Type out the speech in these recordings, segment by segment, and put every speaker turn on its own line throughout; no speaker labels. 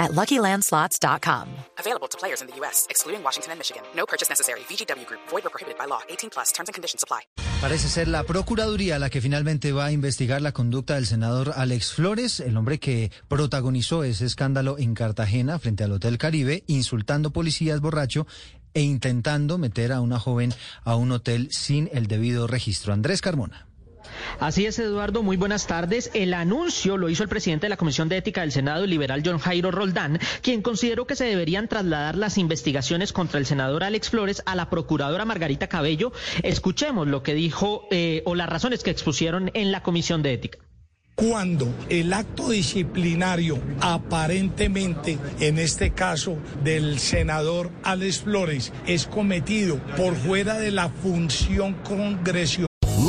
at luckylandslots.com.
Available to players in the U.S., excluding Washington and Michigan. No purchase necessary. VGW Group, void or prohibited by law. 18 plus terms and conditions apply.
Parece ser la Procuraduría la que finalmente va a investigar la conducta del senador Alex Flores, el hombre que protagonizó ese escándalo en Cartagena frente al Hotel Caribe, insultando policías borracho e intentando meter a una joven a un hotel sin el debido registro. Andrés Carmona.
Así es, Eduardo. Muy buenas tardes. El anuncio lo hizo el presidente de la Comisión de Ética del Senado, el liberal John Jairo Roldán, quien consideró que se deberían trasladar las investigaciones contra el senador Alex Flores a la procuradora Margarita Cabello. Escuchemos lo que dijo eh, o las razones que expusieron en la Comisión de Ética
cuando el acto disciplinario aparentemente, en este caso del senador Alex Flores, es cometido por fuera de la función congresional.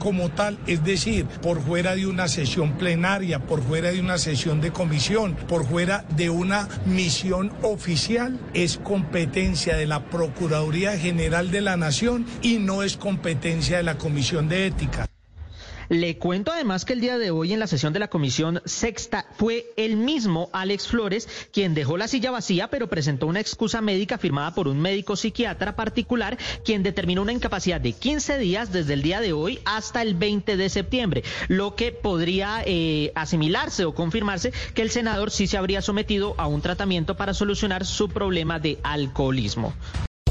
como tal, es decir, por fuera de una sesión plenaria, por fuera de una sesión de comisión, por fuera de una misión oficial, es competencia de la Procuraduría General de la Nación y no es competencia de la Comisión de Ética.
Le cuento además que el día de hoy en la sesión de la comisión sexta fue el mismo Alex Flores quien dejó la silla vacía, pero presentó una excusa médica firmada por un médico psiquiatra particular quien determinó una incapacidad de 15 días desde el día de hoy hasta el 20 de septiembre, lo que podría eh, asimilarse o confirmarse que el senador sí se habría sometido a un tratamiento para solucionar su problema de alcoholismo.